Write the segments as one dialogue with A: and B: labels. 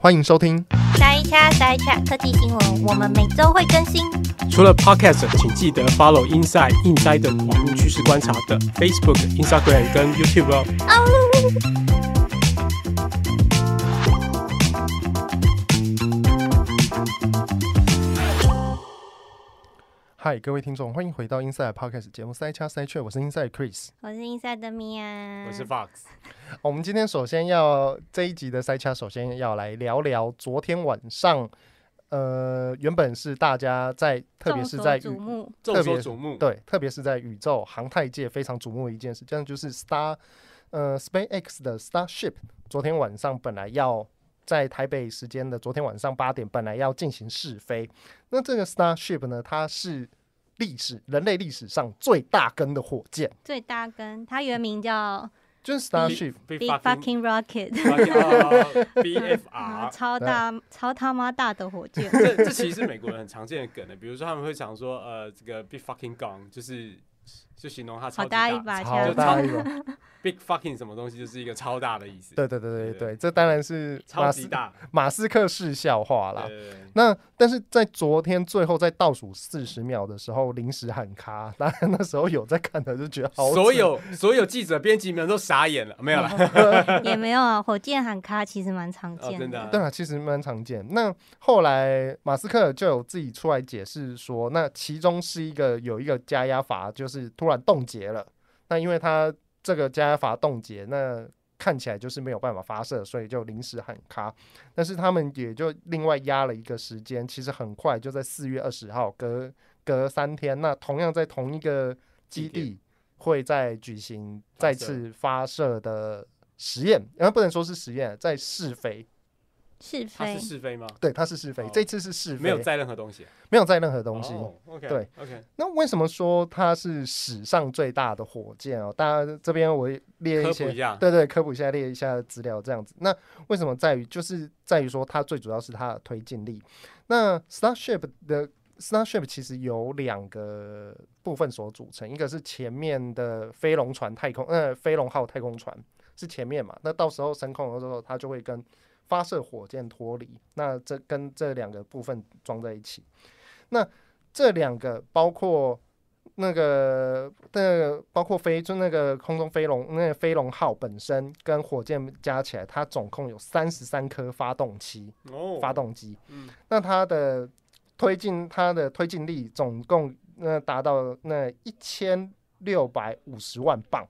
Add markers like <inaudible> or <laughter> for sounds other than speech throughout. A: 欢迎收听。
B: 塞一下塞一下科技新闻，哦我们每周会更新。
C: 除了 Podcast，请记得 follow Inside Inside 的网络趋势观察的 Facebook、Instagram 跟 YouTube 哦。
A: 嗨，各位听众，欢迎回到 Inside Podcast 节目《塞掐塞雀》，我是 Inside Chris。哦
B: 我是 Inside 的 Mia，
C: 我是 Fox，
A: 我们今天首先要这一集的塞掐，首先要来聊聊昨天晚上，呃，原本是大家在，特别是在
B: 众所瞩
A: 宇
B: 目，
C: 众所瞩目。
A: 对，特别是在宇宙航太界非常瞩目的一件事，这样就是 Star 呃 SpaceX 的 Starship 昨天晚上本来要在台北时间的昨天晚上八点，本来要进行试飞。那这个 Starship 呢，它是历史人类历史上最大根的火箭，
B: 最大根，它原名叫
A: 就是
C: 嗯
A: Starship。
C: Big
B: Big
C: fucking
B: Fucking Rocket，啊 <laughs>
C: <laughs> BFR，，
B: 超大超他妈大的火箭
C: 这这其实是美国人很常见的梗的，比如说他们会常说呃这个 Big fucking gun 就是就形容它 <laughs> 超
B: 好
C: 级
B: 大一
C: 大
B: 把
A: 超
B: 枪，
A: 大一个，
C: ，Big fucking 什么东西就是一个超大的意思，
A: 对对对对
C: 对
A: 对，这当然是
C: 超
A: 马
C: 级
A: 斯
C: 大，
A: 马斯克式笑话啦
C: 对。对对
A: 那但是在昨天最后在倒数四十秒的时候临时喊卡，当然那 <laughs> 时候有在看的就觉得好扯，
C: 所有所有记者、编辑们都傻眼了，没有了。
B: 也没有啊，火箭喊卡其实蛮常
C: 哦
B: 见
C: 真的啊
A: 对啊，其实蛮常见。那后来马斯克就有自己出来解释说，那其中是一个有一个加压阀，就是突然冻结了。那因为他这个加压阀冻结，那看起来就是没有办法发射，所以就临时喊卡。但是他们也就另外压了一个时间，其实很快就在四月二十号，隔隔三天，那同样在同一个基
C: 地点
A: 地会再举行
C: 发
A: 再
C: 射
A: 次发射的实验，然后不能说是实验，在试飞。
B: 是
C: 他
B: 非
C: 是是非吗？
A: 对，它是是非，
C: 哦
A: 这次是是非，
C: 没有载任何东西啊，
A: 没有载任何东西。
C: 哦 OK，
A: 对
C: ，OK，
A: 那为什么说它是史上最大的火箭哦？大家这边我列一
C: 科普一
A: 些，
C: 下，
A: 对对，科普一下，列一下资料这样子。那为什么在于就是在于说它最主要是它的推进力。那 Starship 的 Starship 其实有两个部分所组成，一个是前面的飞龙船太空，呃，飞龙号太空船是前面嘛，那到时候升空的时候，它就会跟发射火箭脱离，那这跟这两个部分装在一起。那这两个包括那个那个包括飞就那个空中飞龙那个飞龙号本身跟火箭加起来，它总共有三十三颗发动机
C: 哦
A: 发，动机。
C: 嗯，
A: 那它的推进，它的推进力总共那达到那一千六百五十万磅，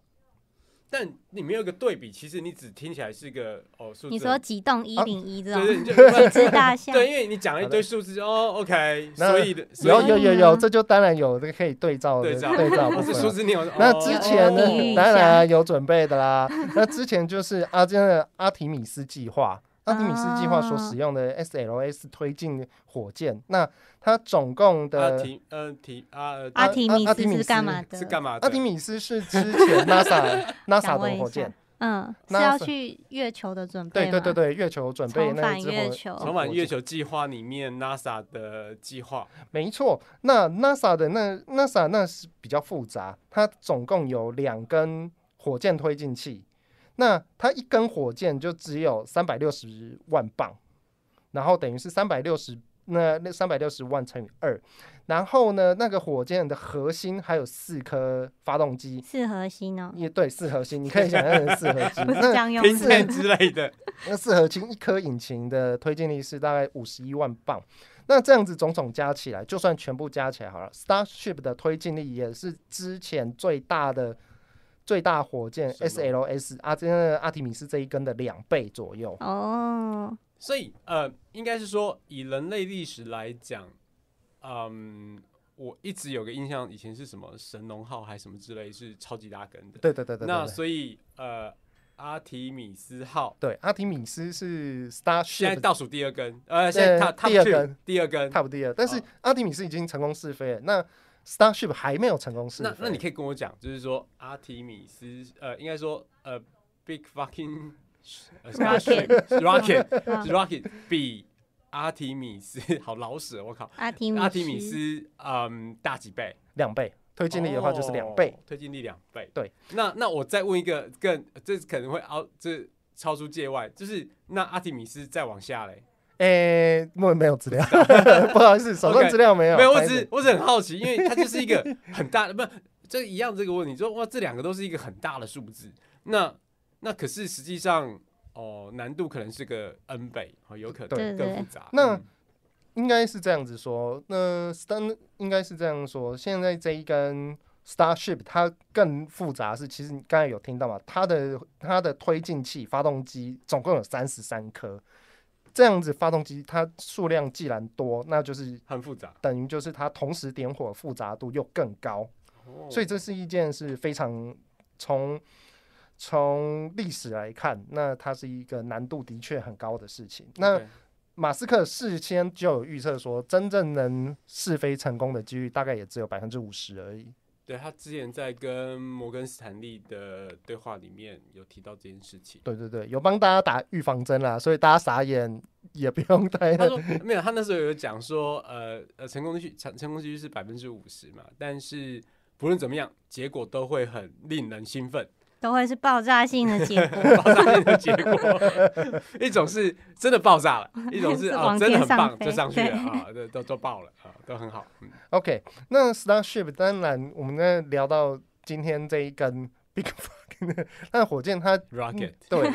C: 但你没有一个对比，其实你只听起来是个哦数字，
B: 你说哦几栋一零一这
C: 对
B: 种
C: 对，你
B: <laughs>
C: 就
B: 一只大象，
C: 对，因为你讲了一堆数字，哦，OK，
A: 那
C: 所以的，所
A: 有
C: 以
A: 有有
B: 嗯
A: 有，这就当然有这个可以对照的
C: 对照
A: 对
C: <laughs>
A: 照部
C: 哦是
A: 分
C: 数
A: 了。
C: 字你有，
A: 那
C: 哦
A: 之前呢
B: 有比喻一，下
A: 当然有准备的啦。 <laughs> 那之前就是阿这的阿提米斯计划，阿提米斯计划
B: 啊
A: 所使用的 SLS 推进火箭，那它总共
C: 阿
A: 的
C: 提呃提阿呃
B: 阿提米
A: 阿提米
B: 斯是
A: 斯
B: 干嘛
C: 是
B: 的？
C: 干嘛的？
A: 阿提米斯是之
B: <laughs>
A: 前 NASA NASA
B: 想问
A: 的
B: 一
A: 火
B: 下
A: 箭，
B: 嗯，是
A: 那
B: 要
A: 是
B: 去月球的准备
A: 对
B: 吗？
A: 对对对，月球准备
B: 重
A: 那
B: 返
A: 一支
B: 月
A: 火
B: 球，
C: 重返月球计划里面 NASA 的计划，
A: 没错，那 NASA 的那 NASA 那是比较复杂，它总共有两根火箭推进器，那它一根火箭就只有三百六十万磅，然后等于是三百六十那那三百六十万乘以二，然后呢，那个火箭的核心还有四颗发动机，
B: 四核心哦，
A: 也对，四核心，你可以想象成四核
B: <laughs>
A: 心，
B: 不是
A: 那
B: 这样用
C: 嗯平
B: 的。
C: 面之类的，
A: 那四合氢一颗引擎的推进力是大概五十一万磅。那这样子种种加起来，就算全部加起来好了，Starship 的推进力也是之前最大的最大火箭
C: 什么
A: SLS 阿真的阿提米啊斯这一根的两倍左右。
B: 哦，
C: 所以呃，应该是说以人类历史来讲，嗯，我一直有个印象，以前是什么神农号还是什么之类，是超级大根的。
A: 对对对对
C: 那
A: 对对。
C: 所以呃，阿提米斯号
A: 对，阿提米斯是
C: 现在
A: Starship
C: 倒数第二根，呃，现在
A: 呃
C: top top
A: 第二
C: two，
A: 根
C: 第二根。
A: Top 第二，但是
C: 哦
A: 阿提米斯已经成功试飞了，那 Starship 还没有成功试飞
C: 那。那你可以跟我讲，就是说阿提米斯，呃，应该说呃，Big fucking 呃
B: Rocket
C: rocket
B: 好
C: rocket 比阿提米斯好老死了，我靠。
B: 阿提米
C: 阿提米
B: 斯
C: 斯，嗯，大几倍？哦
A: 两倍推进力的话就是两倍
C: 哦，推进力两倍。
A: 对，
C: 那那我再问一个更，这可能会凹，这超出界外，就是那阿提米斯再往下嘞。
A: 诶，我没有资
C: <laughs>
A: 料，不好意思，手上
C: OK，
A: 资料没有。
C: 没有，我
A: 不好意
C: 只
A: 思
C: 是我只是很好奇，因为它就是
A: <laughs>
C: 一个很大的，不，这一样这个问题，说哇，这两个都是一个很大的数字，那那可是实际上哦，难度可能是个 n 倍，哦，有可
A: 对
C: 能更
B: 对
C: 复杂。
A: 那
C: 嗯
A: 应该是这样子说。那 Star 应该是这样说。现在这一根 Starship 它更复杂是，其实你刚才有听到嘛，它的它的推进器、发动机总共有三十三颗。这样子发动机它数量既然多，那就是
C: 很复杂，
A: 等于就是它同时点火复杂度又更高。
C: 哦
A: 所以这是一件是非常从从历史来看，那它是一个难度的确很高的事情。那
C: OK，
A: 马斯克事先就有预测说，真正能试飞成功的几率大概也只有百分之五十而已。
C: 对他之前在跟摩根斯坦利的对话里面有提到这件事情。
A: 对对对，有帮大家打预防针啦，所以大家傻眼也不用太
C: 他说没有，他那时候有讲说，呃呃，成功率成成功几率是百分之五十嘛，但是不论怎么样，结果都会很令人兴奋，
B: 都会是爆炸性的结果。
C: <laughs> 爆炸性的结果。 <laughs> 一种是真的爆炸了，一
B: <laughs>
C: 种是
B: 是
C: 哦
B: 往
C: 真的
B: 天
C: 很
B: 上
C: 棒，
B: 飞
C: 就上去
B: 对
C: 了啊，都都都爆了啊，都很好。嗯
A: <laughs> OK。那 Starship 当然，我们在聊到今天这一根 Big <laughs> Fucking，那火箭它
C: Rocket
A: 嗯对，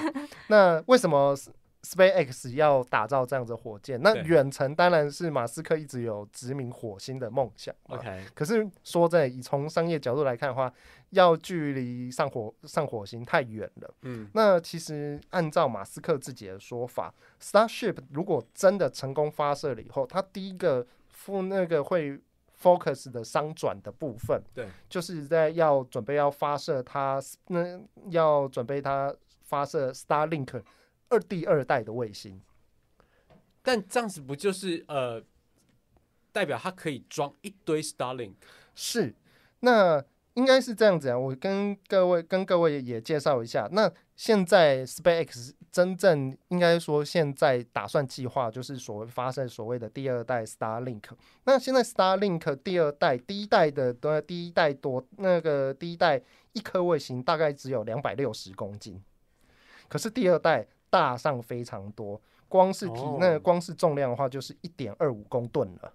A: 那为什么 S- SpaceX 要打造这样子的火箭？那
C: 对
A: 远程当然是马斯克一直有殖民火星的梦想嘛。
C: OK，
A: 可是说真的，以从商业角度来看的话，要距离上火上火星太远了。
C: 嗯，
A: 那其实按照马斯克自己的说法，Starship 如果真的成功发射了以后，它第一个付那个会 focus 的商转的部分，
C: 对，
A: 就是在要准备要发射它，那要准备它发射 Starlink 二第二代的卫星。
C: 但这样子不就是呃，代表它可以装一堆 Starlink？
A: 是，那应该是这样子啊。我跟各位跟各位也介绍一下，那现在 SpaceX 真正应该说现在打算计划就是所谓发射所谓的第二代 Starlink。那现在 Starlink 第二代、第一代的呃第一代多那个第一代一颗卫星大概只有两百六十公斤，可是第二代大上非常多。光是体那
C: 哦
A: 光是重量的话，就是一点二五公吨了。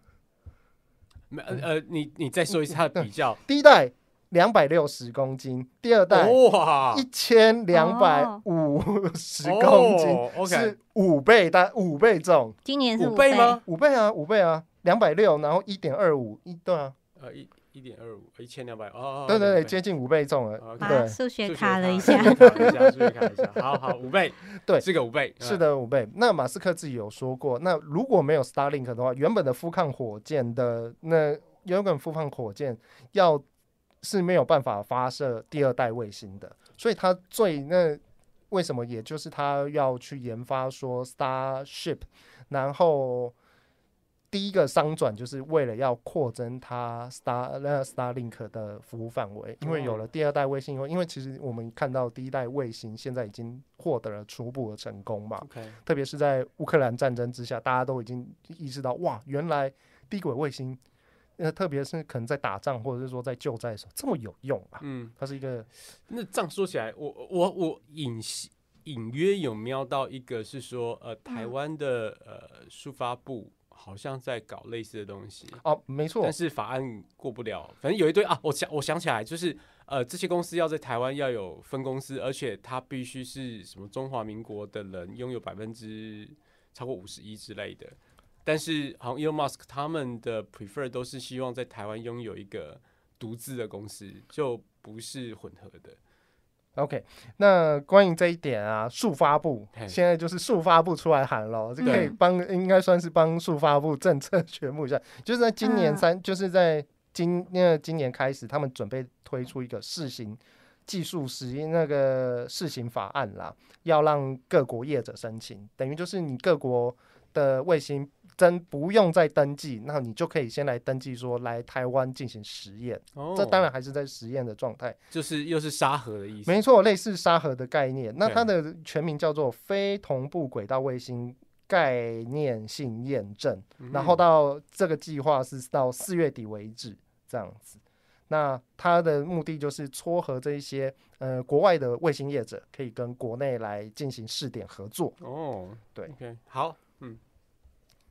C: 没呃呃，你你再说一次它的比较，
A: 第一代两百六十公斤，第二代
C: 哦哇，
A: 嗯一千两百五十公斤，
C: 哦，OK
A: 是五倍大五倍重，
B: 今年是
C: 五倍吗？？
A: 五倍啊，五倍啊，两百六，然后一点二五，一对啊，
C: 呃，一一点二五，一千两百哦。
A: 对对对，
C: 两倍
A: 接近五倍重了，
C: OK
B: 啊，
A: 对，
B: 数
C: 数
B: 学
C: 学
B: 卡了一
C: 数
B: 下。
A: <laughs>
C: 学卡了一下，数学卡了一下。好好，五倍，
A: 对
C: 是个五倍，
A: 是
C: 嗯。
A: 的，五倍。那马斯克自己有说过，那如果没有 Starlink 的话，原本的富抗火箭的那原本富抗火箭要是没有办法发射第二代卫星的，所以他最那为什么也就是他要去研发说 Starship，然后。第一个商转就是为了要扩增它 Star 那 Starlink 的服务范围，因为有了第二代卫星以后，因为其实我们看到第一代卫星现在已经获得了初步的成功嘛，
C: OK，
A: 特别是在乌克兰战争之下，大家都已经意识到，哇，原来低轨卫星，呃，特别是可能在打仗或者是说在救灾的时候，这么有用啊！
C: 嗯，
A: 它是一个
C: 那这样说起来，我我我隐隐约有瞄到一个是说，呃，
B: 嗯
C: 台湾的呃书发部好像在搞类似的东西，
A: 哦，没错
C: 但，是法案过不了。反正有一堆啊，我想我想起来，就是呃，这些公司要在台湾要有分公司，而且它必须是什么中华民国的人拥有百分之超过五十一之类的。但是好像 Elon Musk 他们的 prefer 都是希望在台湾拥有一个独自的公司，就不是混合的。
A: OK，那关于这一点啊，速发部
C: 嘿嗯
A: 现在就是速发部出来喊了，这个可以
C: 对
A: 帮，应该算是帮速发部政策 <laughs> 宣布一下，就是在今年
B: 嗯
A: 三，就是在今那、今年开始，他们准备推出一个试行技术实验那个试行法案啦，要让各国业者申请，等于就是你各国的卫星真不用再登记，那你就可以先来登记说来台湾进行实验，
C: 哦
A: 这当然还是在实验的状态。
C: 就是又是沙盒的意思。
A: 没错，类似沙盒的概念。那
C: 对
A: 它的全名叫做非同步轨道卫星概念性验证，
C: 嗯
A: 然后到这个计划是到四月底为止这样子。那它的目的就是撮合这一些呃国外的卫星业者，可以跟国内来进行试点合作。
C: 哦，
A: 对
C: ，OK，好，嗯，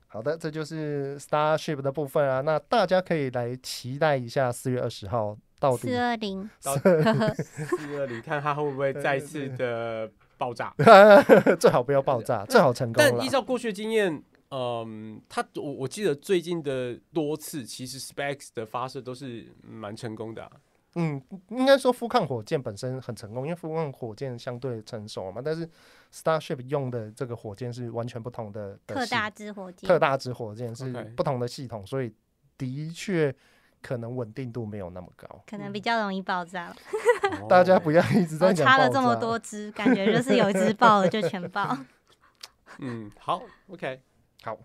A: 好的，这就是 Starship 的部分啊。那大家可以来期待一下四月二十号到底
B: 四二零，
A: <laughs>
C: 到四二零看它会不会再次的爆炸。
A: <laughs> 最好不要爆炸，最好成功
C: 但
A: 了
C: 依。照过去的经验，嗯，它我我记得最近的多次，其实 Specs 的发射都是蛮成功的啊、
A: 嗯，应该说富康火箭本身很成功，因为富康火箭相对成熟了嘛。但是 Starship 用的这个火箭是完全不同的的
B: 特
A: 系
B: 大支火箭，
A: 特大支火箭是
C: OK
A: 不同的系统，所以的确可能稳定度没有那么高。
B: 可能比较容易爆炸
A: 嗯
B: 吧。
A: <laughs>
C: 哦
A: 大家不
C: 要，
A: 要一直
B: 我
A: 在讲
B: 插了
A: 爆
B: 这么
A: 炸
B: 多支，感觉就是有一支爆了就全爆。
A: <laughs>
C: 嗯，好，OK，
A: 好，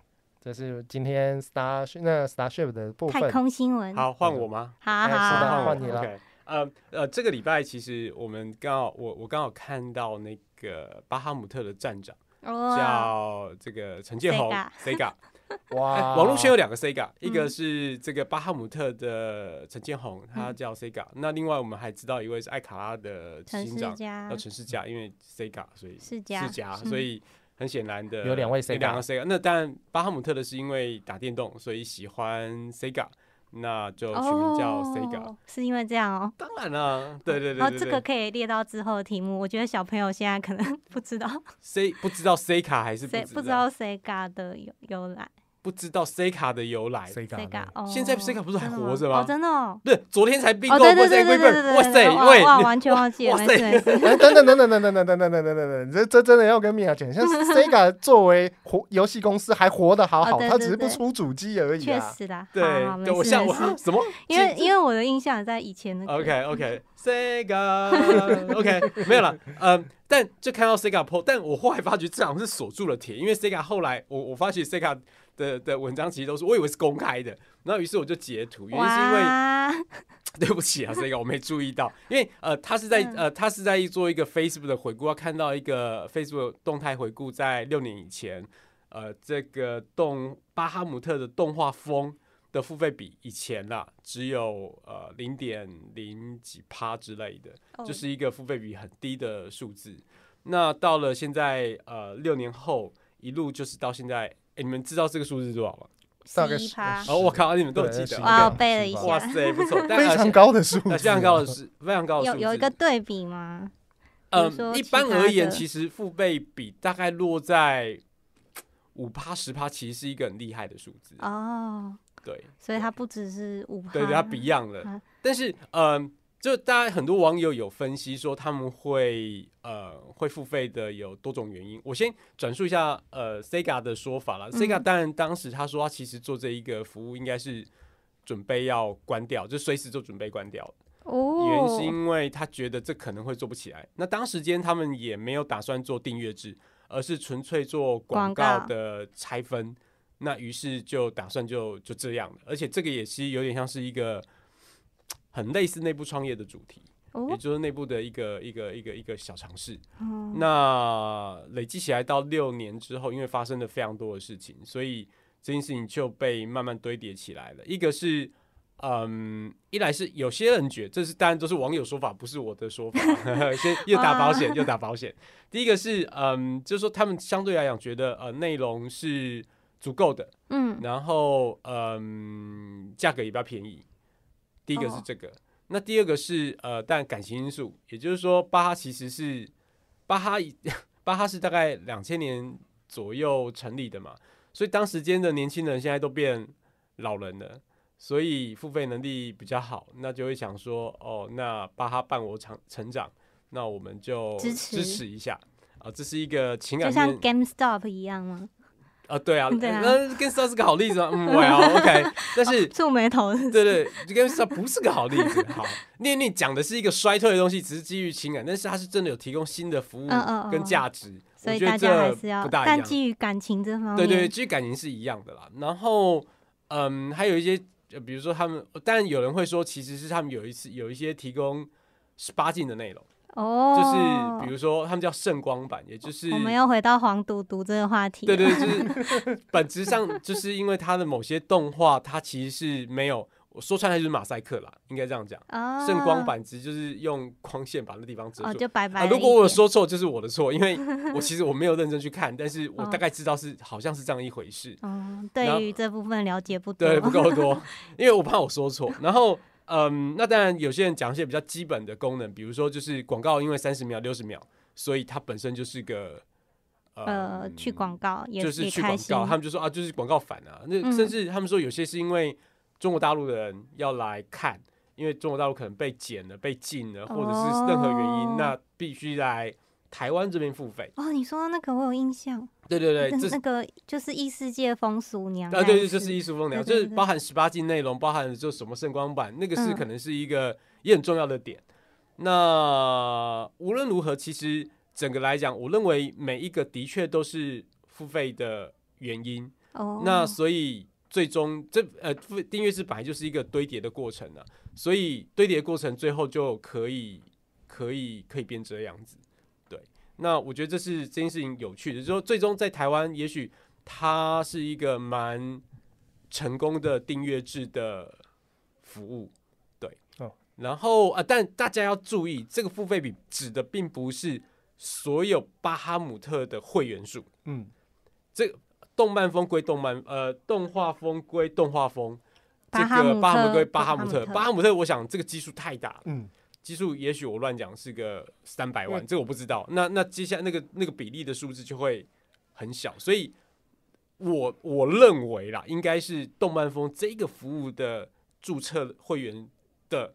A: 这是今天 Starship 那 Starship 的部分
B: 太。空新闻，
C: 好，换我吗？
B: 好好
A: 哎是的
B: 好好
A: 换你了
C: OK，呃呃，这个礼拜其实我们刚好，我我刚好看到那个巴哈姆特的站长
B: 哇，
C: 叫这个陈建宏
B: Sega
A: <laughs>
C: Sega，
A: 哇，
C: 网络圈有两个 Sega，一个
B: 嗯
C: 是这个巴哈姆特的陈建宏，他
B: 嗯
C: 叫 Sega，那另外我们还知道一位是艾卡拉的执
B: 陈
C: 行
B: 世
C: 长，
B: 佳
C: 要，陈世佳，因为 Sega 所以
B: 世佳
C: 世佳，
B: 嗯
C: 所以很显然的
A: 有两位 Sega
C: 两个 Sega。那当然，巴哈姆特的是因为打电动，所以喜欢 Sega，那就取名叫 Sega。
B: 哦，是因为这样哦。
C: 当然啦、对对对
B: 哦，
C: 对
B: 这
C: 对、
B: 个可以列到之后的题目。我觉得小朋友现在可能 <laughs> 不知道
C: C 不知道 C 卡还是不
B: 谁不知
C: 道
B: 道 Sega 的由由来
C: 不知道 C 卡的由来。
A: Sega
B: ，Sega
A: 呢
B: 哦，
C: 现在 Sega 不是还
B: 真的
C: 活着
B: 吗？
C: 吗
B: 哦，真的哦。
C: 不是，昨天才并购，
B: 哦，对
C: 哇
B: 对
C: 塞
B: 对对对对对，哦
C: 哇塞，
B: 哇
C: 喂，
B: 哇，
C: 你
B: 完全忘记了，
C: <laughs> 哇
B: 没事没事。
A: <laughs> 哎，等等等等等等等等等等等等，这这真的要跟米娅
B: <laughs>
A: 讲，像 Sega 作为活游戏公司还活得好
B: 哦
A: 好，
B: 对
A: 它
B: 对
A: 只是不
B: 对
A: 出主机
C: <laughs>
A: 而已
B: 确
A: 啊。
B: 实啦，好好
C: 对，
B: 没
C: 对我
B: 事
C: 吓
B: 没
C: 我
B: 事
C: 什么？
B: 因为因为我的印象在以前那个
C: OK
B: <laughs>
C: OK Sega OK 没有了，嗯，但就看到 Sega PO，但我后来发觉这好像是锁住了帖，因为 Sega 后来我我发觉 Sega 的的文章其实都是我以为是公开的，然后于是我就截图，原因是因为
B: 哇，
C: 对不起啊，Sega 我没注意到，因为呃他是在
B: 嗯
C: 呃他是在做一个 Facebook 的回顾，要看到一个 Facebook 动态回顾，在六年以前，呃这个动巴哈姆特的动画风的付费比以前啦只有呃零点零几趴之类的， <laughs>
B: 哦
C: 就是一个付费比很低的数字。那到了现在，呃，六年后一路就是到现在，诶你们知道这个数字是多少吗？
A: 大概
B: 十一
A: 是
B: 趴
A: 是
C: 哦，我靠，你们都有
A: 对
C: 记
A: 是
C: 得，
B: 哇我
A: 是
B: 背了一
A: 吧
B: 下
C: 哇塞，不错，但
A: 非
C: 而
A: 常
C: 且
A: 高的数字啊，
C: 呃非常高的是非常高的数
B: 有
C: 字，
B: 有一个对比吗？比
C: 呃
B: 如说，
C: 一
B: 其
C: 般
B: 他
C: 而言，
B: 的
C: 其实父辈比大概落在五趴十趴，其实是一个很厉害的数字。
B: 哦，
C: 对，
B: 所以
C: 对
B: 它不只是五趴，
C: 对对，他比样了
B: 啊。
C: 但是，嗯、就大家很多网友有分析说他们会呃会付费的有多种原因。我先转述一下呃 Sega 的说法
B: 嗯
C: 啦。Sega 当然当时他说他其实做这一个服务应该是准备要关掉，就随时就准备关掉了。
B: 哦，
C: 原因是因为他觉得这可能会做不起来。那当时间他们也没有打算做订阅制，而是纯粹做广告
B: 广告
C: 的拆分。那于是就打算就就这样了，而且这个也是有点像是一个很类似内部创业的主题，也
B: 哦，
C: 就是内部的一个一个一个一个小尝试。
B: 嗯
C: 那累积起来到六年之后，因为发生了非常多的事情，所以这件事情就被慢慢堆叠起来了。一个是，嗯，一来是有些人觉得这是当然都是网友说法，不是我的说法，先又打保险又打保险。第一个是，嗯，就是说他们相对来讲觉得呃内容是足够的，
B: 嗯，
C: 然后嗯，价格也比较便宜。第一个是
B: 哦
C: 这个，那第二个是呃，但感情因素，也就是说，巴哈其实是巴哈以 <laughs> 巴哈是大概两千年左右成立的嘛，所以当时间的年轻人现在都变老人了。所以付费能力比较好，那就会想说，哦，那巴哈伴我成成长，那我们就
B: 支持
C: 支持一下啊、这是一个情感
B: 就
C: 面
B: 像 GameStop 一样吗？
C: 啊，对啊，
B: <laughs> 对啊
C: 那跟 s a 是个好例子啊，嗯，
B: <laughs>
C: 我要 OK，但是。
B: 皱眉头是不是
C: 对对，跟 s a 不是个好例子。好，念念讲的是一个衰退的东西，只是基于情感，但是它是真的有提供新的服务
B: 嗯嗯嗯
C: 跟价值。
B: 所以
C: 我觉
B: 大
C: 得
B: 家还
C: 这
B: 是要，
C: 不大一
B: 但
C: 样。
B: 基于感情这方面，
C: 对对，其实感情是一样的啦。然后，嗯，还有一些，呃比如说他们，但有人会说，其实是他们有一次有一些提供十八禁的内容，
B: 哦，
C: 就是比如说他们叫圣光版，也就是
B: 我们又回到黄赌毒这个话题，
D: <laughs>
C: 对，对，就是本质上就是因为它的某些动画，它其实是没有。我说穿来就是马赛克啦，应该这样讲。
D: 哦，
C: 圣光板只就是用光线把那地方遮
D: 哦，
C: 住。
D: 就白白
C: 啊，
D: 了一点、
C: 如果我有说错，就是我的错，因为
D: <laughs>
C: 我其实我没有认真去看，但
D: 哦
C: 是我大概知道是好像是这样一
D: <laughs>
C: 回事。
D: 嗯，
C: 然后
D: 对于这部分了解不多，
C: 对，不够多，因为我怕我说错。然后，嗯，那当然有些人讲一些比较基本的功能，比如说就是广告，因为三十秒、六十秒，所以它本身就是个嗯
D: 呃，去广告也
C: 就是
D: 也
C: 去
D: 开
C: 广
D: 心
C: 告，他们就说啊，就是广告反啊。那
D: 嗯
C: 甚至他们说有些是因为中国大陆的人要来看，因为中国大陆可能被剪了、被禁了，或者是任何原因，
D: 哦
C: 那必须来台湾这边付费。
D: 哦，你说到那个我有印象，
C: 对对对，
D: 那
C: 这
D: 那
C: 是。
D: 个就是异世界风俗娘
C: 啊，
D: 那一次，
C: 对对，就是艺术风聊，
D: 对对
C: 就是
D: 对
C: 包含十八禁内容，包含就什么圣光版，那个是
D: 嗯
C: 可能是一个也很重要的点。那无论如何，其实整个来讲，我认为每一个的确都是付费的原因。
D: 哦，
C: 那所以最终这呃付订阅制本来就是一个堆叠的过程啊，所以堆叠过程最后就可以可以可以变这样子。对，那我觉得这是这件事情有趣的，就是说最终在台湾，也许它是一个蛮成功的订阅制的服务。对，
A: 哦
C: 然后啊、但大家要注意，这个付费比指的并不是所有巴哈姆特的会员数。
A: <laughs> 嗯，
C: 动漫风归动漫，呃，动画风归动画风。这
D: 巴哈姆
C: 个
D: 特
C: 巴哈姆归巴哈姆
D: 巴哈姆特
C: 特，巴哈姆特，我想这个基数太大了，
A: 嗯，
C: 基数也许我乱讲是个三百万，这个我不知道。那那接下来那个那个比例的数字就会很小，所以我我认为啦，应该是动漫风这个服务的注册会员的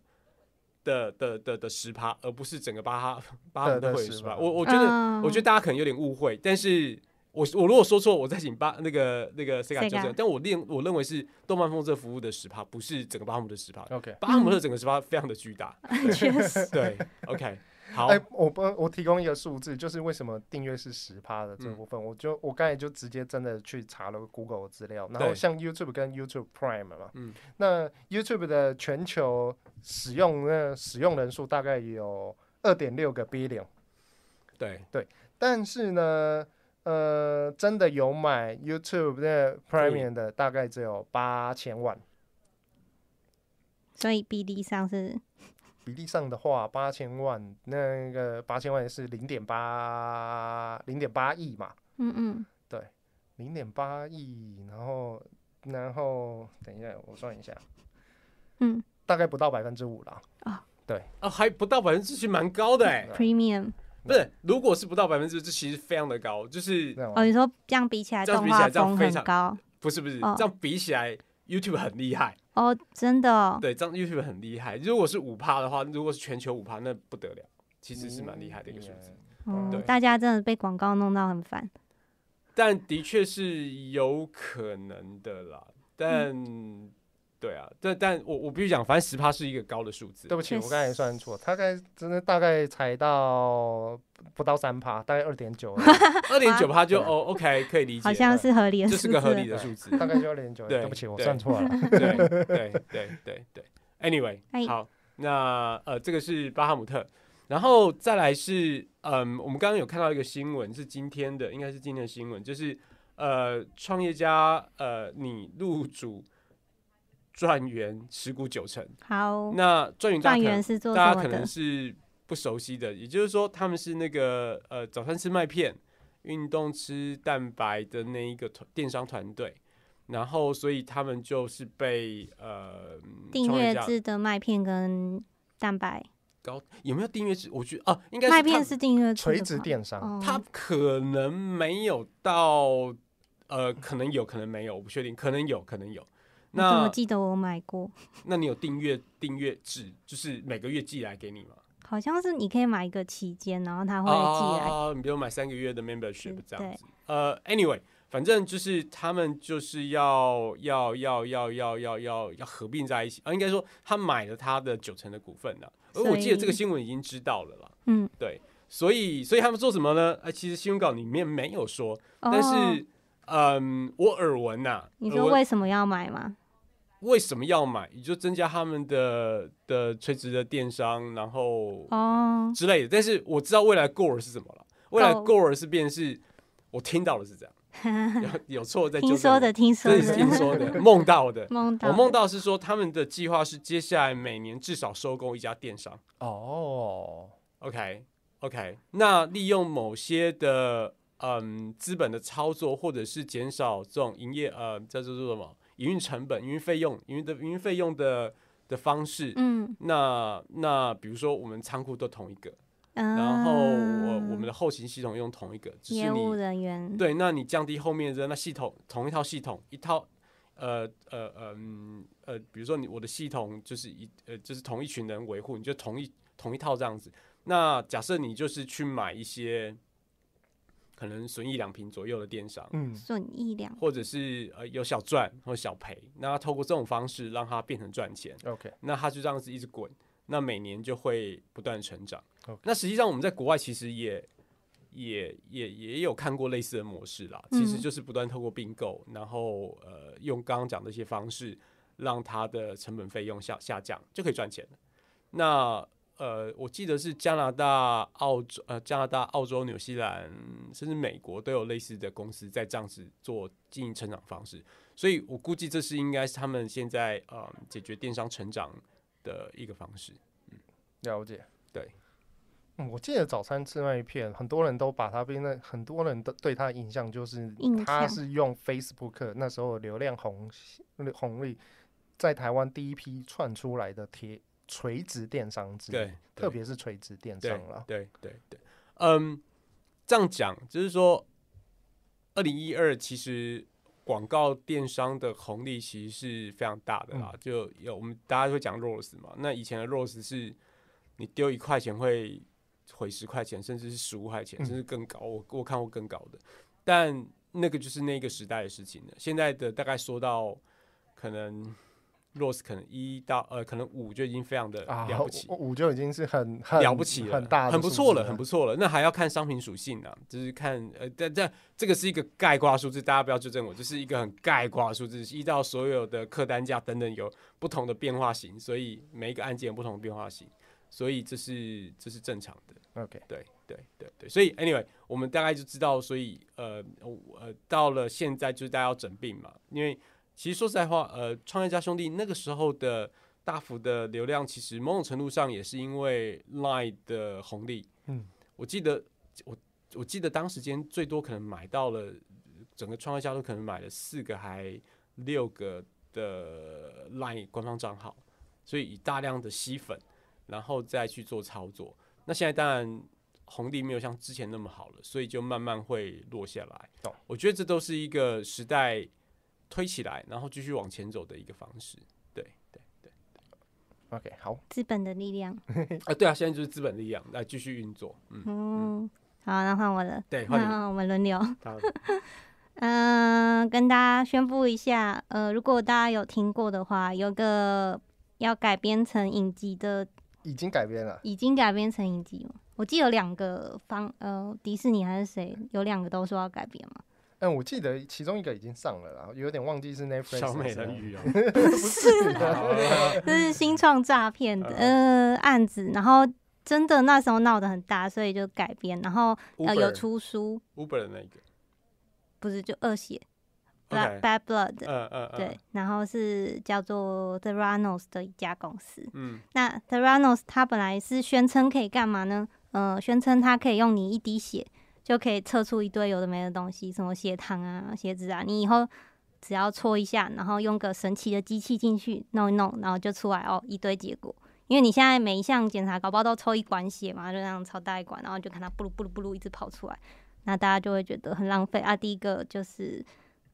C: 的的的的十趴，而不是整个巴哈巴哈姆特会
A: 的
C: 员
A: 的
C: 十
A: 10%
C: 趴。我我觉得我觉
D: 得
C: 得大家可能有点误会，但是我我如果说错，我再请巴那个那个 Sega
D: Sega
C: 纠正。但我认我认为是动漫风这服务的十趴，不是整个巴哈姆的十趴。
A: OK，
C: 巴哈姆的整个十趴非常的巨大。
D: 嗯 <laughs> 确
C: <laughs>
D: 实
C: 对，OK，好，
A: 哎、我不，我提供一个数字，就是为什么订阅是十趴的这
C: 嗯
A: 部分，我就我刚才就直接真的去查了 Google 的资料，然
C: 对
A: 后像 YouTube 跟 YouTube Prime 嘛，
C: 嗯
A: 那 YouTube 的全球使用那使用人数大概有二点六个 billion，
C: 对，
A: 但是呢，呃，真的有买 YouTube 的 Premium 的大概只有八千万。
D: 所以比例上是
A: 比例上的话，八千万那个八千万是零点八零点八亿嘛，
D: 嗯嗯，
A: 零点八亿，然后然后等一下我算一下，
D: 嗯，
A: 大概不到百分之五啦。
C: 啊，还不到百分之七，蛮高的哎、
A: 对
D: premium
C: 不是，如果是不到百分之这其实非常的高，就是
A: 那我
D: 哦，你说这样比起来
C: 这样
D: 动
C: 比起来
D: 画
C: 这样
D: 风
C: 非
D: 很
C: 常
D: 高
C: 不是不是、
D: 哦
C: 这样比起来，YouTube 很厉害，
D: 哦，真的哦，
C: 对，这样 YouTube 很厉害。如果是五趴的话，如果是全球五趴，那不得了，其实是蛮厉害的一个数字。
A: 嗯
D: 哦
A: 对
D: 大家真的被广告弄到很烦，
C: 但的确是有可能的啦。但、对啊，但但我我必须讲，反正十趴是一个高的数字
A: 对。不起，
D: 确
A: 我刚才
D: 实
A: 算错，大概真的大概才到不到三趴，大概二点九，
C: <laughs> 二点九趴就
A: 对啊
C: 哦，OK，可以理解，
D: 好像是合理的
C: 这
D: 数
C: 是
D: 字
C: 个
D: 了，
C: 合理的数字。
A: 大概就二点九。
C: 对
A: 对不起，我
C: 对
A: 算错了。
C: 对对对对对。Anyway，
D: 哎
C: 好，那呃，这个是巴哈姆特，然后再来是嗯，我们刚刚有看到一个新闻，是今天的，应该是今天的新闻，就是呃，创业家呃，你入主转元持股九成，
D: 好，
C: 那转元大
D: 状
C: 家可能
D: 哦元是做
C: 大
D: 什
C: 家
D: 么
C: 可能
D: 的？
C: 是不熟悉的，也就是说他们是那个呃早餐吃麦片，运动吃蛋白的那一个团电商团队，然后所以他们就是被呃
D: 订
C: 创业
D: 阅
C: 家
D: 制的麦片跟蛋白，
C: 高有没有订阅制？我觉得啊，应该是
D: 麦
C: 他
D: 片是订阅制的
A: 垂
D: 吧，
A: 直电商，
D: 哦，
C: 他可能没有到呃，可能有可能没有，我不确定，可能有可能有。
D: 我怎么
C: 那
D: 记得我有买过？
C: 那你有订阅订阅制，就是每个月寄来给你吗？
D: 好像是你可以买一个期间，然后他会寄来。
C: 啊，你比如买三个月的 membership
D: 嗯
C: 这样子。呃，anyway，反正就是他们就是要要要要要要要要合并在一起啊，应该说他买了他的九成的股份了，啊而
D: 所
C: 我记得这个
D: 以
C: 新闻已经知道了啦。
D: 嗯，
C: 对，所以所以他们做什么呢？哎、其实新闻稿里面没有说，但
D: 哦、
C: 是。嗯，我耳闻呐、
D: 你
C: 耳
D: 说
C: 闻
D: 为什么要买吗？
C: 为什么要买？你就增加他们的的垂直的电商，然后
D: 哦，
C: 之类的。但是我知道未来 goal 是什么了，未来
D: goal
C: goal 是变成是我听到的是这样，
D: <laughs>
C: 有有错再纠
D: 听
C: 正
D: 说
C: 我
D: 的，听说
C: 这是听
D: 的，
C: 说的，梦到的。
D: 梦到
C: 我梦
D: 到
C: 到是说他们的计划是接下来每年至少收购一家电商。
A: 哦，
C: OK OK，那利用某些的嗯资本的操作，或者是减少这种营业呃叫做做什么营运成本、营运费用、营运的营运费用的的方式。
D: 嗯
C: 那那比如说我们仓库都同一个，
D: 嗯，
C: 然后我我们的后勤系统用同一个，只是
D: 啊业务
C: 你
D: 人员
C: 对，那你降低后面的那系统同一套系统一套，呃呃呃嗯呃，比如说你我的系统就是一呃就是同一群人维护，你就同一同一套这样子。那假设你就是去买一些可能损益两平左右的电商，
A: 嗯，
D: 损益两
C: 或者是呃有小赚或小赔，那透过这种方式让它变成赚钱，
A: OK，
C: 那它就这样子一直滚，那每年就会不断成长
A: OK。
C: 那实际上我们在国外其实也也也也有看过类似的模式啦，
D: 嗯
C: 其实就是不断透过并购，然后呃用刚刚讲的一些方式，让它的成本费用下下降，就可以赚钱了。那呃，我记得是加拿大、澳洲、呃加拿大、澳洲、纽西兰，甚至美国都有类似的公司在这样子做经营成长方式，所以我估计这是应该是他们现在呃解决电商成长的一个方
A: 嗯
C: 式。
A: 了解。
C: 对
A: 嗯，我记得早餐吃那一片，很多人都把它变成，很多人都对它的印象就是
D: 印，
A: 它
D: 象
A: 是用 Facebook 那时候流量红红利，在台湾第一批窜出来的铁垂直电商之一，
C: 对，
A: 特别是垂直电商啦。
C: 对对对，嗯，这样讲就是说，二零一二其实广告电商的红利其实是非常大的啦，
A: 嗯
C: 就有我们大家会讲 ROS 嘛，那以前的 ROS 是你丢一块钱会回十块钱，甚至是十五块钱，
A: 嗯
C: 甚至更高，我我看过更高的，但那个就是那个时代的事情了。现在的大概说到可能 ROS 可能一到呃可能五就已经非常的
A: 啊，
C: 了不起。
A: 我我就已经是很很
C: 了不起了，
A: 很大的
C: 很不
A: 数
C: 错
A: 字啊
C: 了，很不错了。那还要看商品属性呢、啊，就是看呃，但但这个是一个概括数字，大家不要纠正我，就是一个很概括的数字，依照所有的客单价等等有不同的变化型，所以每一个案件有不同的变化型，所以这是这是正常的。
A: OK，
C: 对对对对，所以 anyway，我们大概就知道，所以呃我呃，到了现在就是大家要整并嘛，因为其实说实在话，呃，创业家兄弟那个时候的大幅的流量，其实某种程度上也是因为 Line 的红利。
A: 嗯，
C: 我记得我我记得当时间最多可能买到了整个创业家都可能买了四个还六个的 Line 官方账号，所以以大量的吸粉，然后再去做操作。那现在当然红利没有像之前那么好了，所以就慢慢会落下来
A: 懂。
C: 我觉得这都是一个时代推起来，然后继续往前走的一个方式。对对对，
A: OK，好，
D: 资本的力量。
C: 啊对啊，现在就是资本力量来继续运作。嗯，
D: 哦，好，那换我了。
C: 对，换你。
D: 那我们轮流。 <laughs>
C: 好
D: 嗯、跟大家宣布一下，呃，如果大家有听过的话，有个要改编成影集的，
A: 已经改编了。
D: 已经改编成影集了。我记得有两个方，呃，迪士尼还是谁，有两个都说要改编
C: <laughs>
D: 嘛。
A: 嗯，我记得其中一个已经上了啦，有点忘记是 Netflix
C: 小美
A: 的
C: 人鱼哦，
A: 不是
C: 好
D: <laughs>
A: 啦，
D: 这是新创诈骗的
C: 嗯
D: 呃案子，然后真的那时候闹得很大，所以就改编，然后呃有
C: Uber
D: 出书，
C: Uber 的那一个。
D: 不是就恶血 Bad
C: OK，
D: Bad Blood，
C: 嗯嗯嗯，
D: 对，，然后是叫做 Theranos 的一家公司。
C: 嗯
D: 那 Theranos 它本来是宣称可以干嘛呢？呃，宣称它可以用你一滴血就可以测出一堆有的没的东西，什么血糖啊、血脂啊，你以后只要搓一下，然后用个神奇的机器进去弄一弄，然后就出来哦一堆结果。因为你现在每一项检查搞不好都抽一管血嘛，就那样超大一管，然后就看它布鲁布鲁布鲁一直跑出来，那大家就会觉得很浪费啊。第一个就是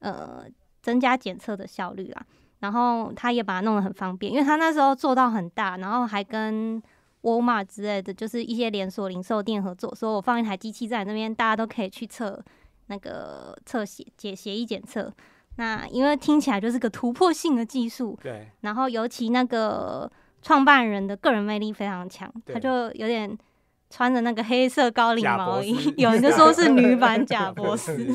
D: 呃增加检测的效率啦，然后他也把它弄得很方便，因为他那时候做到很大，然后还跟沃尔玛之类的，就是一些连锁零售店合作，说我放一台机器在你那边，大家都可以去测那个测血解血液检测。那因为听起来就是个突破性的技术，
C: 对，
D: 然后尤其那个创办人的个人魅力非常强，
C: 对
D: 他就有点穿着那个黑色高领
C: 贾
D: 毛
C: 伯斯
D: 衣，有人就说是女版贾博 <laughs> 士，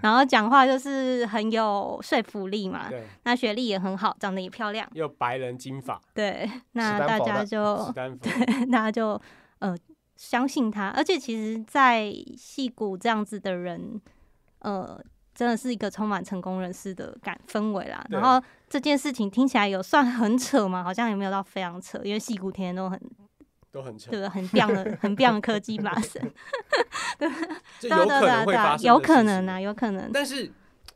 D: 然后讲话就是很有说服力嘛。
C: 对，
D: 那学历也很好，长得也漂亮，
C: 又白人金发，
D: 对，那
A: 丹
D: 大
A: 佛
D: 家
A: 的
C: 史
D: 就
C: 丹佛，
D: <laughs> 大家就呃相信他，而且其实，在戏骨这样子的人，呃，真的是一个充满成功人士的感氛围啦。
C: 对
D: 然后这件事情听起来有算很扯吗？好像也没有到非常扯，因为戏骨天天都很
C: 都很扯
D: 这，个很棒的、很棒的科技发
C: <laughs>
D: 生，啊
C: 就有可能会发生，
D: 有可能啊，。有可能。
C: 但是，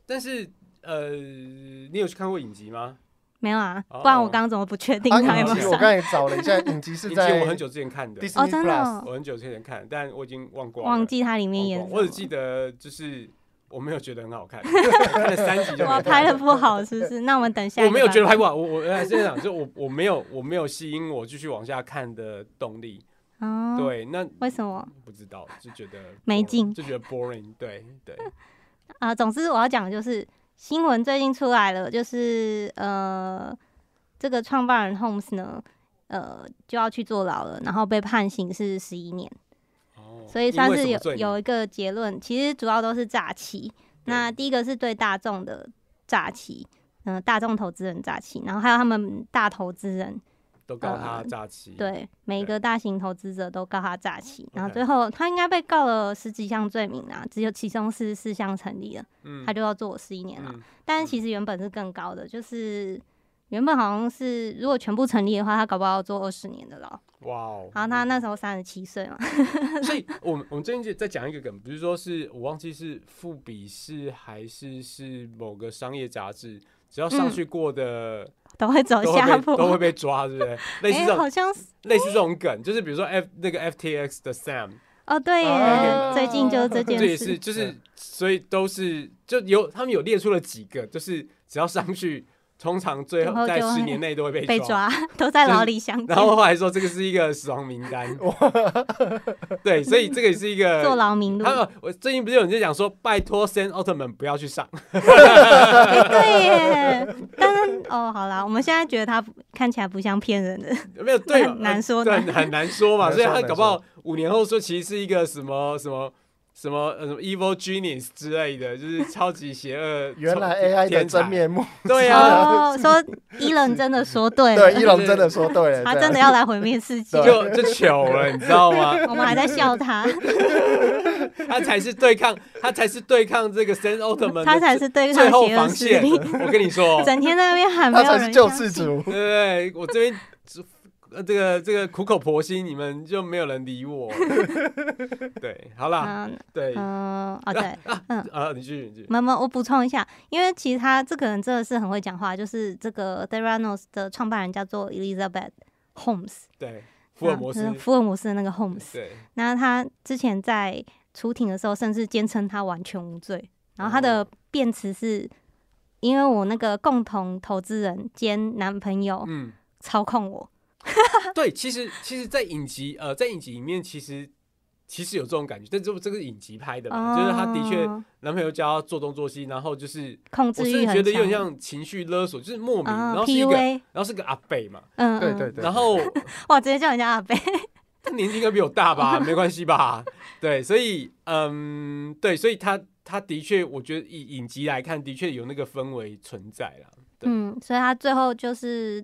C: 但是，呃，你有去看过影集吗？
D: 没有啊，
C: 哦
D: 不然我刚刚怎么不确定
A: 啊，
D: 它有
A: 影
D: 没
A: 集
D: 有
A: 我
D: 上？
A: 刚才找了一下，影集
C: <laughs> 影
A: 是
C: 集
A: 在
C: 我很久之前看的，
D: 哦，
A: Disney
D: 真的
A: Plus，
D: 哦，
C: 我很久之前看，但我已经忘光了，
D: 忘记它里面
C: 忘
D: 演
C: 光
D: 什
C: 我只
D: 么
C: 记得就是我没有觉得很好看，
D: <laughs>
C: 看了三集就没
D: 我
C: 看
D: 拍的不好，是不是？那我们等下一
C: 我
D: 个
C: 没有
D: 吧
C: 觉得拍不好，我我呃这样讲，就我我没有我没有吸引我继续往下看的动力。
D: 哦，，
C: 对，那
D: 为什么
C: 不知道就觉得
D: <laughs> 没
C: boring，
D: 劲
C: 就觉得 boring 对。
D: <laughs>
C: 对
D: 啊、总之我要讲的就是新闻最近出来了，就是呃，这个创办人 Holmes 呢，呃，就要去坐牢了，然后被判刑是十一年，
C: 哦，
D: 所以算
C: 因为
D: 是
C: 什么
D: 有
C: 罪名
D: 有一个结论，其实主要都是诈欺。那第一个是对大众的诈欺，嗯、大众投资人诈欺，然后还有他们大投资人
C: 都告他
D: 呃
C: 诈欺，，
D: 对，每一
C: 对
D: 个大型投资者都告他诈欺，然后
C: OK
D: 最后他应该被告了十几项罪名啊，只有其中是四项成立了，
C: 嗯
D: 他就要坐十一年了。
C: 嗯
D: 但
C: 嗯
D: 是其实原本是更高的，就是原本好像是如果全部成立的话，他搞不好要坐二十年的牢。
C: 哇哦，
D: 然后他那时候三十七岁嘛， <laughs>
C: 所以我们我们最近就在讲一个梗，比如说是我忘记是富比士还是是某个商业杂志，只要上
D: 嗯
C: 去过的
D: 都会走
C: 都
D: 下
C: 会被
D: 坡。
C: 都会被抓，对
D: <laughs>
C: 不对？类似
D: 哎、
C: 这种
D: 好哎像是
C: 类似这种梗，就是比如说 F 那个 FTX 的 Sam，
D: 哦，对耶，
A: 啊
D: 最近就是这
C: 这
D: 件
C: 也是
D: 事。
C: 就是所以都是就有他们有列出了几个，就是只要上去，通常最
D: 然后
C: 后在
D: 就会
C: 十年内都会被
D: 被抓都在
C: 就是
D: 牢里相见
C: 然，后后来说这个是一个死亡名单，对，所以这个也是一个
D: 坐牢名录。
C: 他们，我最近不是有人在讲说，拜托 Sam 奥特曼不要去上， <laughs>
D: 对耶， <laughs> 但是哦，好啦，我们现在觉得他不看起来不像骗人的，
C: 没有对嘛
D: 很难说
C: 对，
D: 呢
C: 很难说嘛，
A: 难
C: 所以
A: 说
C: 他
A: 难
C: 搞不好五年后说其实是一个什么什么。什么呃什么 evil genius 之类的，就是超级邪恶超。
A: 原来 AI 的
C: 天才
A: 真面目，
C: 对啊，
D: 哦，说伊人真的说 <laughs> 对
A: 对，
D: 了，
A: 一龙真的说对了，
D: 他
A: 这
D: 真
A: 样
D: 的要来毁灭世界，
A: 对啊
C: 就 <laughs> 就糗了，你知道吗？
D: 我们还在笑他，
C: 他才是对抗，他才是对抗这个 Sam 奥特曼的
D: 他才是对
C: 最
D: 抗
C: 后
D: 邪恶
C: 防
D: 势
C: 线。
D: 力，
C: <laughs> 我跟你
D: <laughs>
C: 说，
D: 整天在那边喊没
A: 他
D: 有
A: 才是
D: 人
A: 救
D: 相
A: 世
D: 信。
A: 主。 <laughs>
C: 对我这边呃这个这个苦口婆心，你们就没有人理我。 <laughs> 对，好啦，
D: 嗯
C: 对，
D: 嗯哦对，
C: 啊，你继续，你继续。
D: 没有没有，我补充一下，因为其实他这个人真的是很会讲话，就是这个 Theranos 的创办人叫做 Elizabeth Holmes，
C: 对，福尔摩斯
D: 那，福尔摩斯的那个 Holmes，
C: 对，
D: 那他之前在出庭的时候，甚至坚称他完全无罪。然后他的
C: 哦
D: 辩词是，因为我那个共同投资人兼男朋友
C: 嗯，
D: 操控我，
C: 对，其实其实，在影集呃，在影集里面，其实其实有这种感觉，但这这个是影集拍的嘛，就是他的确
D: 哦
C: 男朋友叫他做东做西，然后就是
D: 控
C: 我
D: 制
C: 甚至
D: 欲很
C: 觉
D: 强，
C: 得有点像情绪勒索，就是莫名，然
D: 啊
C: 后是一个，
D: PUA，
C: 然后是个阿北嘛，
D: 嗯，
A: 对
D: 嗯
A: 对，对，
C: 然后
D: 哇，直接叫人家阿贝，
C: <laughs> 他年纪应该比我
D: <laughs>
C: 大吧，没关系吧？对，所以嗯，对，所以他他的确，我觉得以影集来看，的确有那个氛围存在啦。 <laughs> 对
D: 嗯，所以他最后就是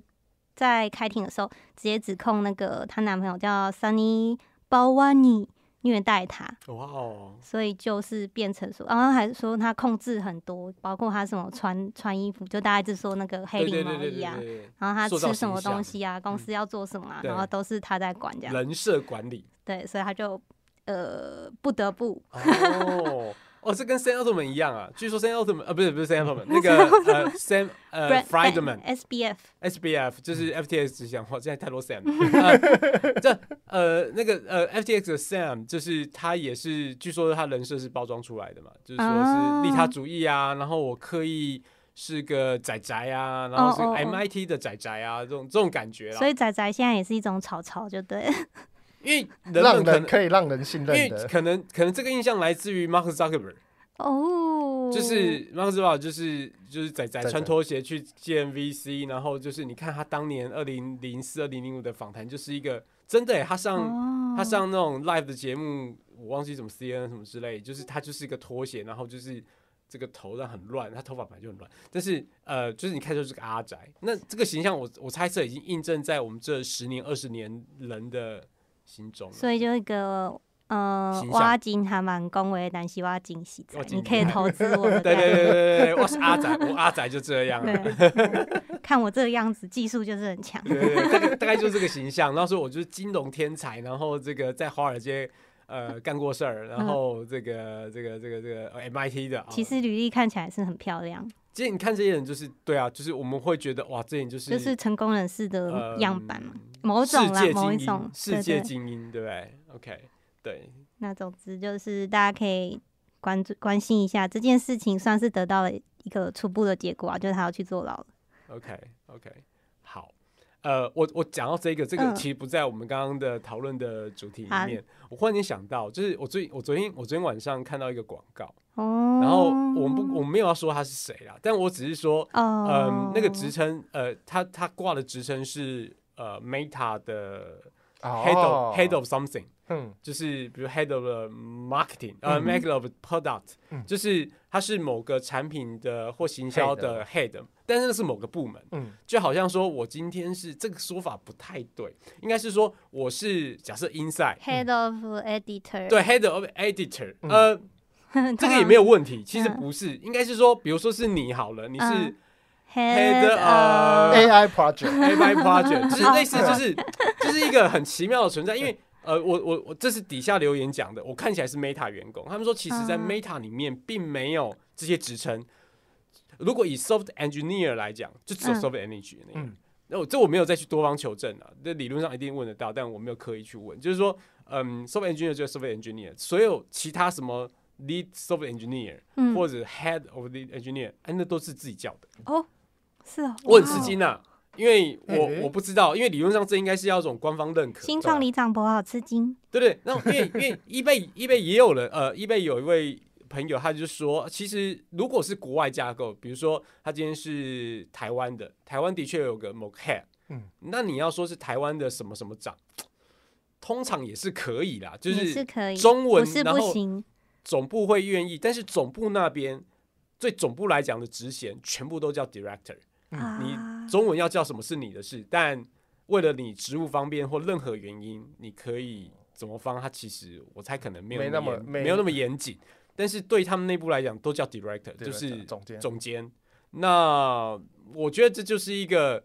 D: 在开庭的时候，直接指控那个她男朋友叫 Sunny b a w a n i 虐待她，
C: 哇哦，
D: 所以就是变成说，然后还说他控制很多，包括他什么穿穿衣服，就大概就说那个黑
C: 对对
D: 领毛
C: 对对
D: 衣
C: 对
D: 啊，
C: 对
D: 然后他
C: 塑造
D: 吃什么
C: 形象嗯
D: 东西啊，公司要做什么、啊，
C: 对
D: 然后都是他在管这
C: 对，
D: 样，
C: 人设管理
D: 对，所以他就呃不得不
C: 哦。哦，这跟 Sam 奥特曼一样啊！据说 Sam 奥特曼啊，不是不是 Sam 奥特
D: <laughs>
C: 曼，那个呃 Sam 呃
D: Brad-
C: Friedman
D: SBF
C: SBF 就是
D: 嗯
C: FTX 只想 <laughs> 哇，现在太多
D: <laughs>
C: Sam 了。呃这呃那个呃 FTX 的 Sam 就是他也是，据说他人设是包装出来的嘛，就是说
D: 啊
C: 是利他主义啊，然后我刻意是个仔仔啊，然后
D: 哦哦
C: 是
D: 哦
C: MIT 的仔仔啊，这种这种感觉啦
D: 所。以仔仔现在也是一种草草，就对了， <laughs>
C: 因为人
A: 让
C: 们可
A: 人
C: 能。
A: 可以让人信
C: 因为
A: 任的，
C: 可能可能这个印象来自于 Mark Zuckerberg，
D: 哦，
C: 就是 Mark Zuckerberg 就是就是仔仔
A: 仔仔
C: 穿拖鞋去见 VC，然后就是你看他当年二零零四、二零零五的访谈，就是一个真的耶、他上
D: 哦，
C: 他上那种 live 的节目，我忘记什么 CNN 什么之类，就是他就是一个拖鞋，然后就是这个头上很乱，他头发本来就很乱，但是呃，就是你看就是个阿宅，那这个形象我我猜测已经印证在我们这十年二十年人的心中了。
D: 所以就一个呃
C: 形，象
D: 我真还蛮恭维，但是我真实在
C: 我，真
D: 你可以投资我的
C: <laughs> 对对对
D: 这样
C: 对对，我是阿仔，我阿仔就这样啊。
D: 对，
C: <laughs>
D: 看我这个样子，技术就是很强。
C: 对对对，大概大概就是这个形象。那时候我就是金融天才，然后这个在华尔街呃干过事儿，然后这个这个这个这个呃 MIT 的啊。
D: 嗯其，实履历看起来是很漂亮，
C: 其实你看这些人，就是对啊，就是我们会觉得哇，这些人就是
D: 就是成功人士的
C: 呃
D: 样板嘛，某
C: 世
D: 种啦
C: 界，
D: 某
C: 精
D: 一种
C: 英，，世
D: 对
C: 界
D: 对
C: 精英，对不对？OK，对，
D: 那总之就是大家可以关注关心一下这件事情，算是得到了一个初步的结果啊，就是他要去坐牢了。
C: OK OK，好，呃，我我讲到这个，这个
D: 嗯
C: 其实不在我们刚刚的讨论的主题里
D: 好
C: 面。我忽然间想到，就是我最我昨天我昨天晚上看到一个广告，
D: 哦，
C: 然后我们不我们没有要说他是谁啦，但我只是说，嗯、
D: 哦，
C: 那个职称，呃，他他挂的职称是呃 Meta 的 head of、
A: 哦
C: head of something。
A: 嗯
C: 就是比如 head of the marketing，呃、
A: 嗯
C: m a head of product，、
A: 嗯
C: 就是它是某个产品的或行销的 head，但是那是某个部门，
A: 嗯
C: 就好像说我今天是这个说法不太对，应该是说我是假设 inside。
D: head of editor， <laughs>
C: 对，head of editor，、
A: 嗯
C: 呃，
D: 对
C: 这个也没有问题。其实
D: 嗯
C: 不是，应该是说，比如说是你好了，你是
D: 嗯
C: head
D: 啊 head
C: of-
D: of
A: ，AI project，
C: AI
D: <laughs>
C: project，就是类似，
A: 嗯
C: 就是就是一个很奇妙的存在。因为呃，我我我这是底下留言讲的，我看起来是 Meta 员工，他们说其实在
D: 嗯
C: Meta 里面并没有这些职称。如果以 soft engineer 来讲，就只有
D: 嗯
C: soft engineer 那个
A: 嗯。
C: 那我这我没有再去多方求证啊，这理论上一定问得到，但我没有刻意去问。就是说，嗯，soft engineer 就是 soft engineer，所有其他什么 lead soft engineer
D: 嗯，
C: 或者 head of the engineer，哎，那都是自己叫的。
D: 是哦，
C: 我很
D: 哇
C: 吃
D: 哦。
C: 惊呐、啊因为我
A: 诶
C: 我不知道，因为理论上这应该是要一种官方认可，
D: 新创里长博好吃惊，
C: 对不对？那因为因为易贝易贝也有人，呃，易贝有一位朋友，他就说，其实如果是国外架构，比如说他今天是台湾的，台湾的确有个某个 head，
A: 嗯
C: 那你要说是台湾的什么什么长，通常也是可以啦，就
D: 也
C: 是
D: 是可以，
C: 中文
D: 不是
C: 然
D: 不
C: 后
D: 行，
C: 总部会愿意，但是总部那边对总部来讲的职衔全部都叫 director。你嗯
D: 啊
C: 中文要叫什么是你的事，但为了你职务方便或任何原因，你可以怎么方？它其实我猜可能没有
A: 没
C: 那
A: 那
C: 么
A: 么
C: 严
A: 没
C: 没有那么严谨，但是对他们内部来讲都叫 director，
A: 对
C: 就是
A: 总监，
C: 总监。那我觉得这就是一个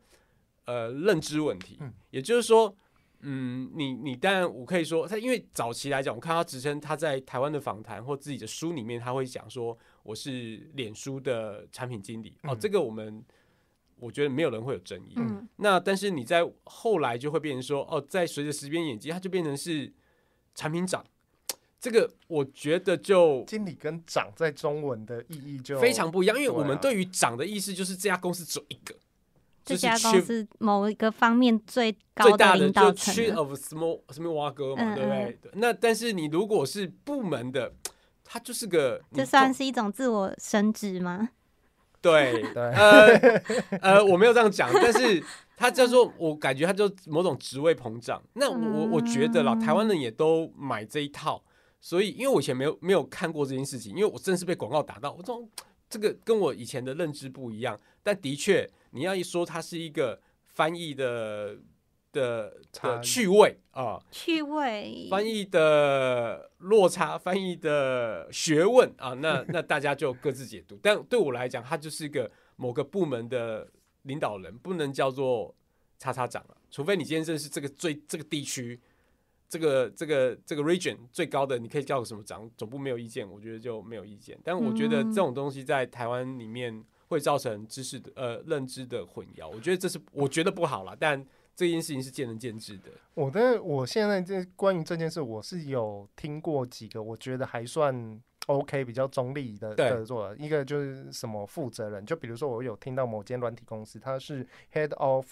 C: 呃认知问题，
A: 嗯
C: 也就是说，嗯，你你当然我可以说他，因为早期来讲，我看他职称他在台湾的访谈或自己的书里面，他会讲说我是脸书的产品经理、哦，
A: 嗯
C: 这个我们我觉得没有人会有争议。
D: 嗯，
C: 那但是你在后来就会变成说，哦，在随着时间演进，它就变成是产品长，这个我觉得就
A: 经理跟长在中文的意义就
C: 非常不一样，因为
A: 对啊
C: 我们对于长的意识就是这家公司只有一个，
D: 这
C: 就是
D: 家公
C: chief
D: 司某一个方面最高
C: 最大
D: 领
C: 的
D: 导
C: 就呃
D: 层
C: chief
D: 了，
C: of small small 蛙哥嘛，
D: 嗯
C: 对不对？那但是你如果是部门的，它就是个
D: 这
C: 你
D: 算
C: 总
D: 是一种自我升职吗？
C: 对
A: 对 <laughs>
C: 呃呃，我没有这样讲，但是它叫做我感觉它就某种职位膨胀。那我我我觉得啦，
D: 嗯
C: 台湾人也都买这一套，所以因为我以前没有没有看过这件事情，因为我真是被广告打到，我这种这个跟我以前的认知不一样。但的确，你要一说它是一个翻译的的
A: 差
C: 的
A: 异
C: 趣味啊、
D: 趣味
C: 翻译的落差，翻译的学问啊，那那大家就各自解读。但对我来讲，他就是一个某个部门的领导人，不能叫做叉叉长啊，除非你今天认识这个最这个地区。这个这个这个 region 最高的，你可以叫什么长？总部没有意见，我觉得就没有意见。但我觉得
D: 嗯
C: 这种东西在台湾里面会造成知识的呃认知的混淆，我觉得这是我觉得不好啦。但这件事情是见仁见智的。
A: 我的我现在这关于这件事，我是有听过几个，我觉得还算 OK，比较中立的
C: 对
A: 的做法。一个就是什么负责人，就比如说我有听到某间软体公司，它是 Head of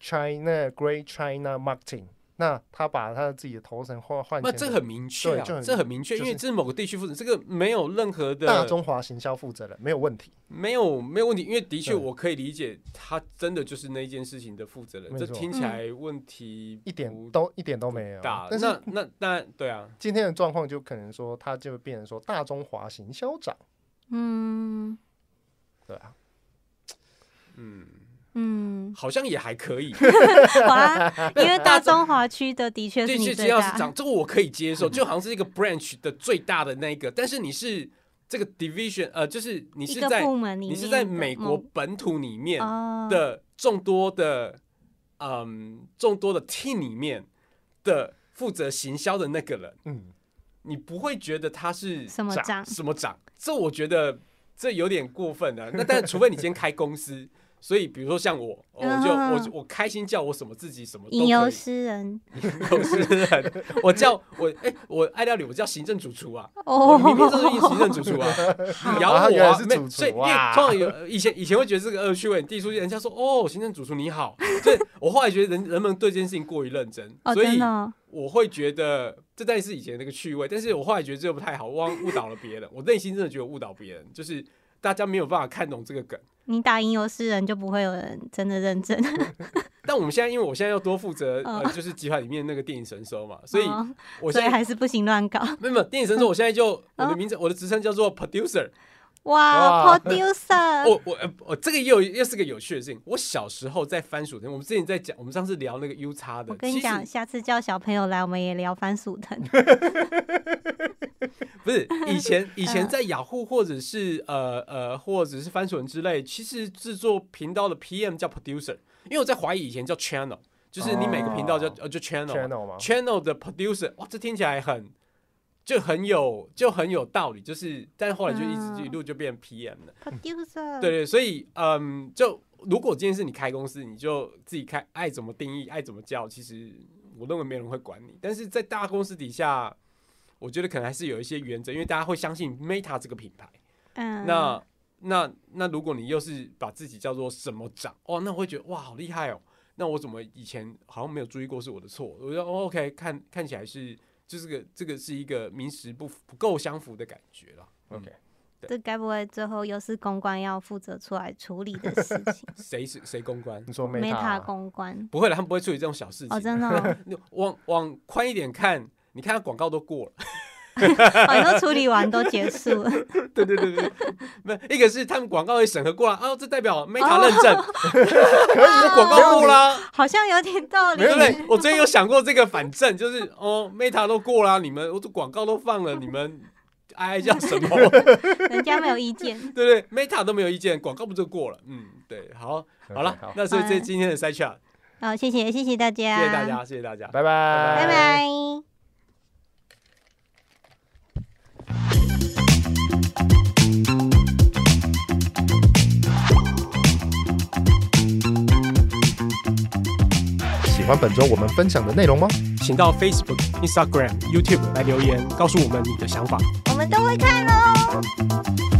A: China Great China Marketing，那他把他自己的头衔换换
C: 那
A: 成
C: 这很明确
A: 对
C: 啊
A: 就，很
C: 这很明确，
A: 就
C: 因
A: 是
C: 为这是某个地区负责，这个没有任何
A: 大
C: 的
A: 中华行销负责人，没有问题。
C: 没有没有问题，因为的确
A: 对
C: 我可以理解，他真的就是那一件事情的负责人，
A: 没
C: 这
A: 错
C: 听
D: 嗯
C: 起来问题
A: 一
C: 不
A: 点都一点都没有
C: 大。。
A: 但是
C: 那那那对啊，
A: 今天的状况就可能说，他就变成说大中华行销长，
D: 嗯
A: 对啊，
C: 嗯， <laughs>
D: 嗯，
C: 好像也还
D: <laughs>
C: 可以。
D: 哇，因为大中华区的的确是
C: 对，
D: 你
C: 去
D: 最
C: 街道市
D: 大
C: 长，，这个我可以
A: <laughs>
C: 接受，就好像是一个 branch 的最大的那一个，但是你是这个 division，呃，就是你
D: 一
C: 是
D: 个
C: 在
D: 部门里面
C: 你
D: 的，
C: 是在美国本土里面
D: 嗯哦，
C: 的众多的，嗯，众多的 team 里面的负责行销的那个人，
A: 嗯，
C: 你不会觉得他是
D: 什么长
C: 什么长？这我觉得这有点过分了、那但除非你今天开公
D: <laughs>
C: 司，所以比如说像我，我就
D: 嗯 E
C: 我就我开心叫我什么自己什么都
D: 吟
C: 可
D: 游
C: 以，
D: 诗人
C: 我是人，我叫我哎、我爱料理，我叫行政主厨啊，我
D: 哦
C: 明明就是行政
D: <laughs>
C: 主厨啊，你咬我、
A: 啊
C: 啊，
A: 原来是
C: 没
A: 主厨
C: 所以因为
A: 啊
C: 通常有以前以前会觉得这个恶趣味，你递出去，人家说哦，行政主厨
D: <laughs>
C: 你好，所以我后来觉得人人们对这件事情过于认真，
D: 哦，
C: 所
D: 真
C: 以
D: 的哦
C: 我会觉得这当然是以前那个趣味，但是我后来觉得这不太好，我忘误导了别人，我内心真的觉得误导别人，就是大家没有办法看懂这个梗。
D: 你打吟游诗人就不会有人真的认真，
C: 但我们现在，因为我现在要多
D: <laughs>
C: 负责呃，
D: 嗯
C: 就是集团里面那个电影神收嘛，所以
D: 哦
C: 我
D: 所
C: 现
D: 以
C: 在
D: 还是不行乱搞。
C: 没有没有，电影神作，我现在就我
D: 啊
C: 的名字，我的职称叫做 producer。
D: 哇
C: <laughs>
A: 哇
D: ，producer，
C: 我我呃我这个也有又是个有趣的事情。我小时候在番薯藤，我们之前在讲，我们上次聊那个 U 叉的，
D: 我跟你
C: 呃其实
D: 讲，下次叫小朋友来，我们也聊番薯
C: <laughs>
D: 藤。<laughs>
C: 不是以前以
D: 嗯
C: 前在雅虎或者是呃呃或者是番薯藤之类，其实制作频道的 PM 叫 producer，因为我在怀疑以前叫 channel，就是你每个频道叫、
A: 哦
C: 呃就 channel 嘛
A: channel 吗？
C: channel 的 producer，哇，这听起来很就很有就很有道理，就是但后来就一直、
D: 嗯
C: 一路就变 PM 了。
D: producer，
C: 对对，所以嗯，就如果今天是你开公司，你就自己开，爱怎么定义，爱怎么叫，其实我认为没人会管你。但是在大公司底下，我觉得可能还是有一些原则，因为大家会相信 Meta 这个品牌。
D: 嗯，
C: 那那那如果你又是把自己叫做什么长哦，那我会觉得哇，好厉害哦。那我怎么以前好像没有注意过是我的错？我觉得、哦、OK，看看起来是就是个这个是一个名实不符不够相符的感觉了。
A: OK
D: 这该不会最后又是公关要负责出来处理的
C: <laughs>
D: 事情
C: 谁是谁公关？
A: 你说 Meta，
D: ？Meta
A: 啊
D: 公关
C: 不会了，他们不会处理这种小事情。啊
D: 哦，真的哦，
C: 你往往宽一点看，你看它广告都过了。
D: 哦你都处理完都结束了，
C: <laughs> 对对对 <laughs> 对，不，一个是他们广告也审核过了，哦，这代表 Meta 认证，
A: 可以
C: 我广告过啦，
D: <laughs> 好像有点道理
C: 对。不对？我最近有想过这个反证，就是哦，Meta 都过啦，你们我这广告都放了，你们。哀哀叫什么？ <laughs> 对
D: 人家没有意见。
C: <laughs> 不对？Meta 都没有意见，广告不就过了？嗯，对，好，好了
A: OK，好，
C: 那所以这
D: 好
C: 是今天的筛选，
D: 好，谢谢，谢谢大
C: 谢
D: 家，
C: 谢大，家，谢谢大家。
A: 拜拜拜
D: 拜拜。
A: 喜欢本周我们分享的内容吗？
C: 请到 Facebook、Instagram、YouTube 来留言，告诉我们你的想法。
D: 我们都会看哦。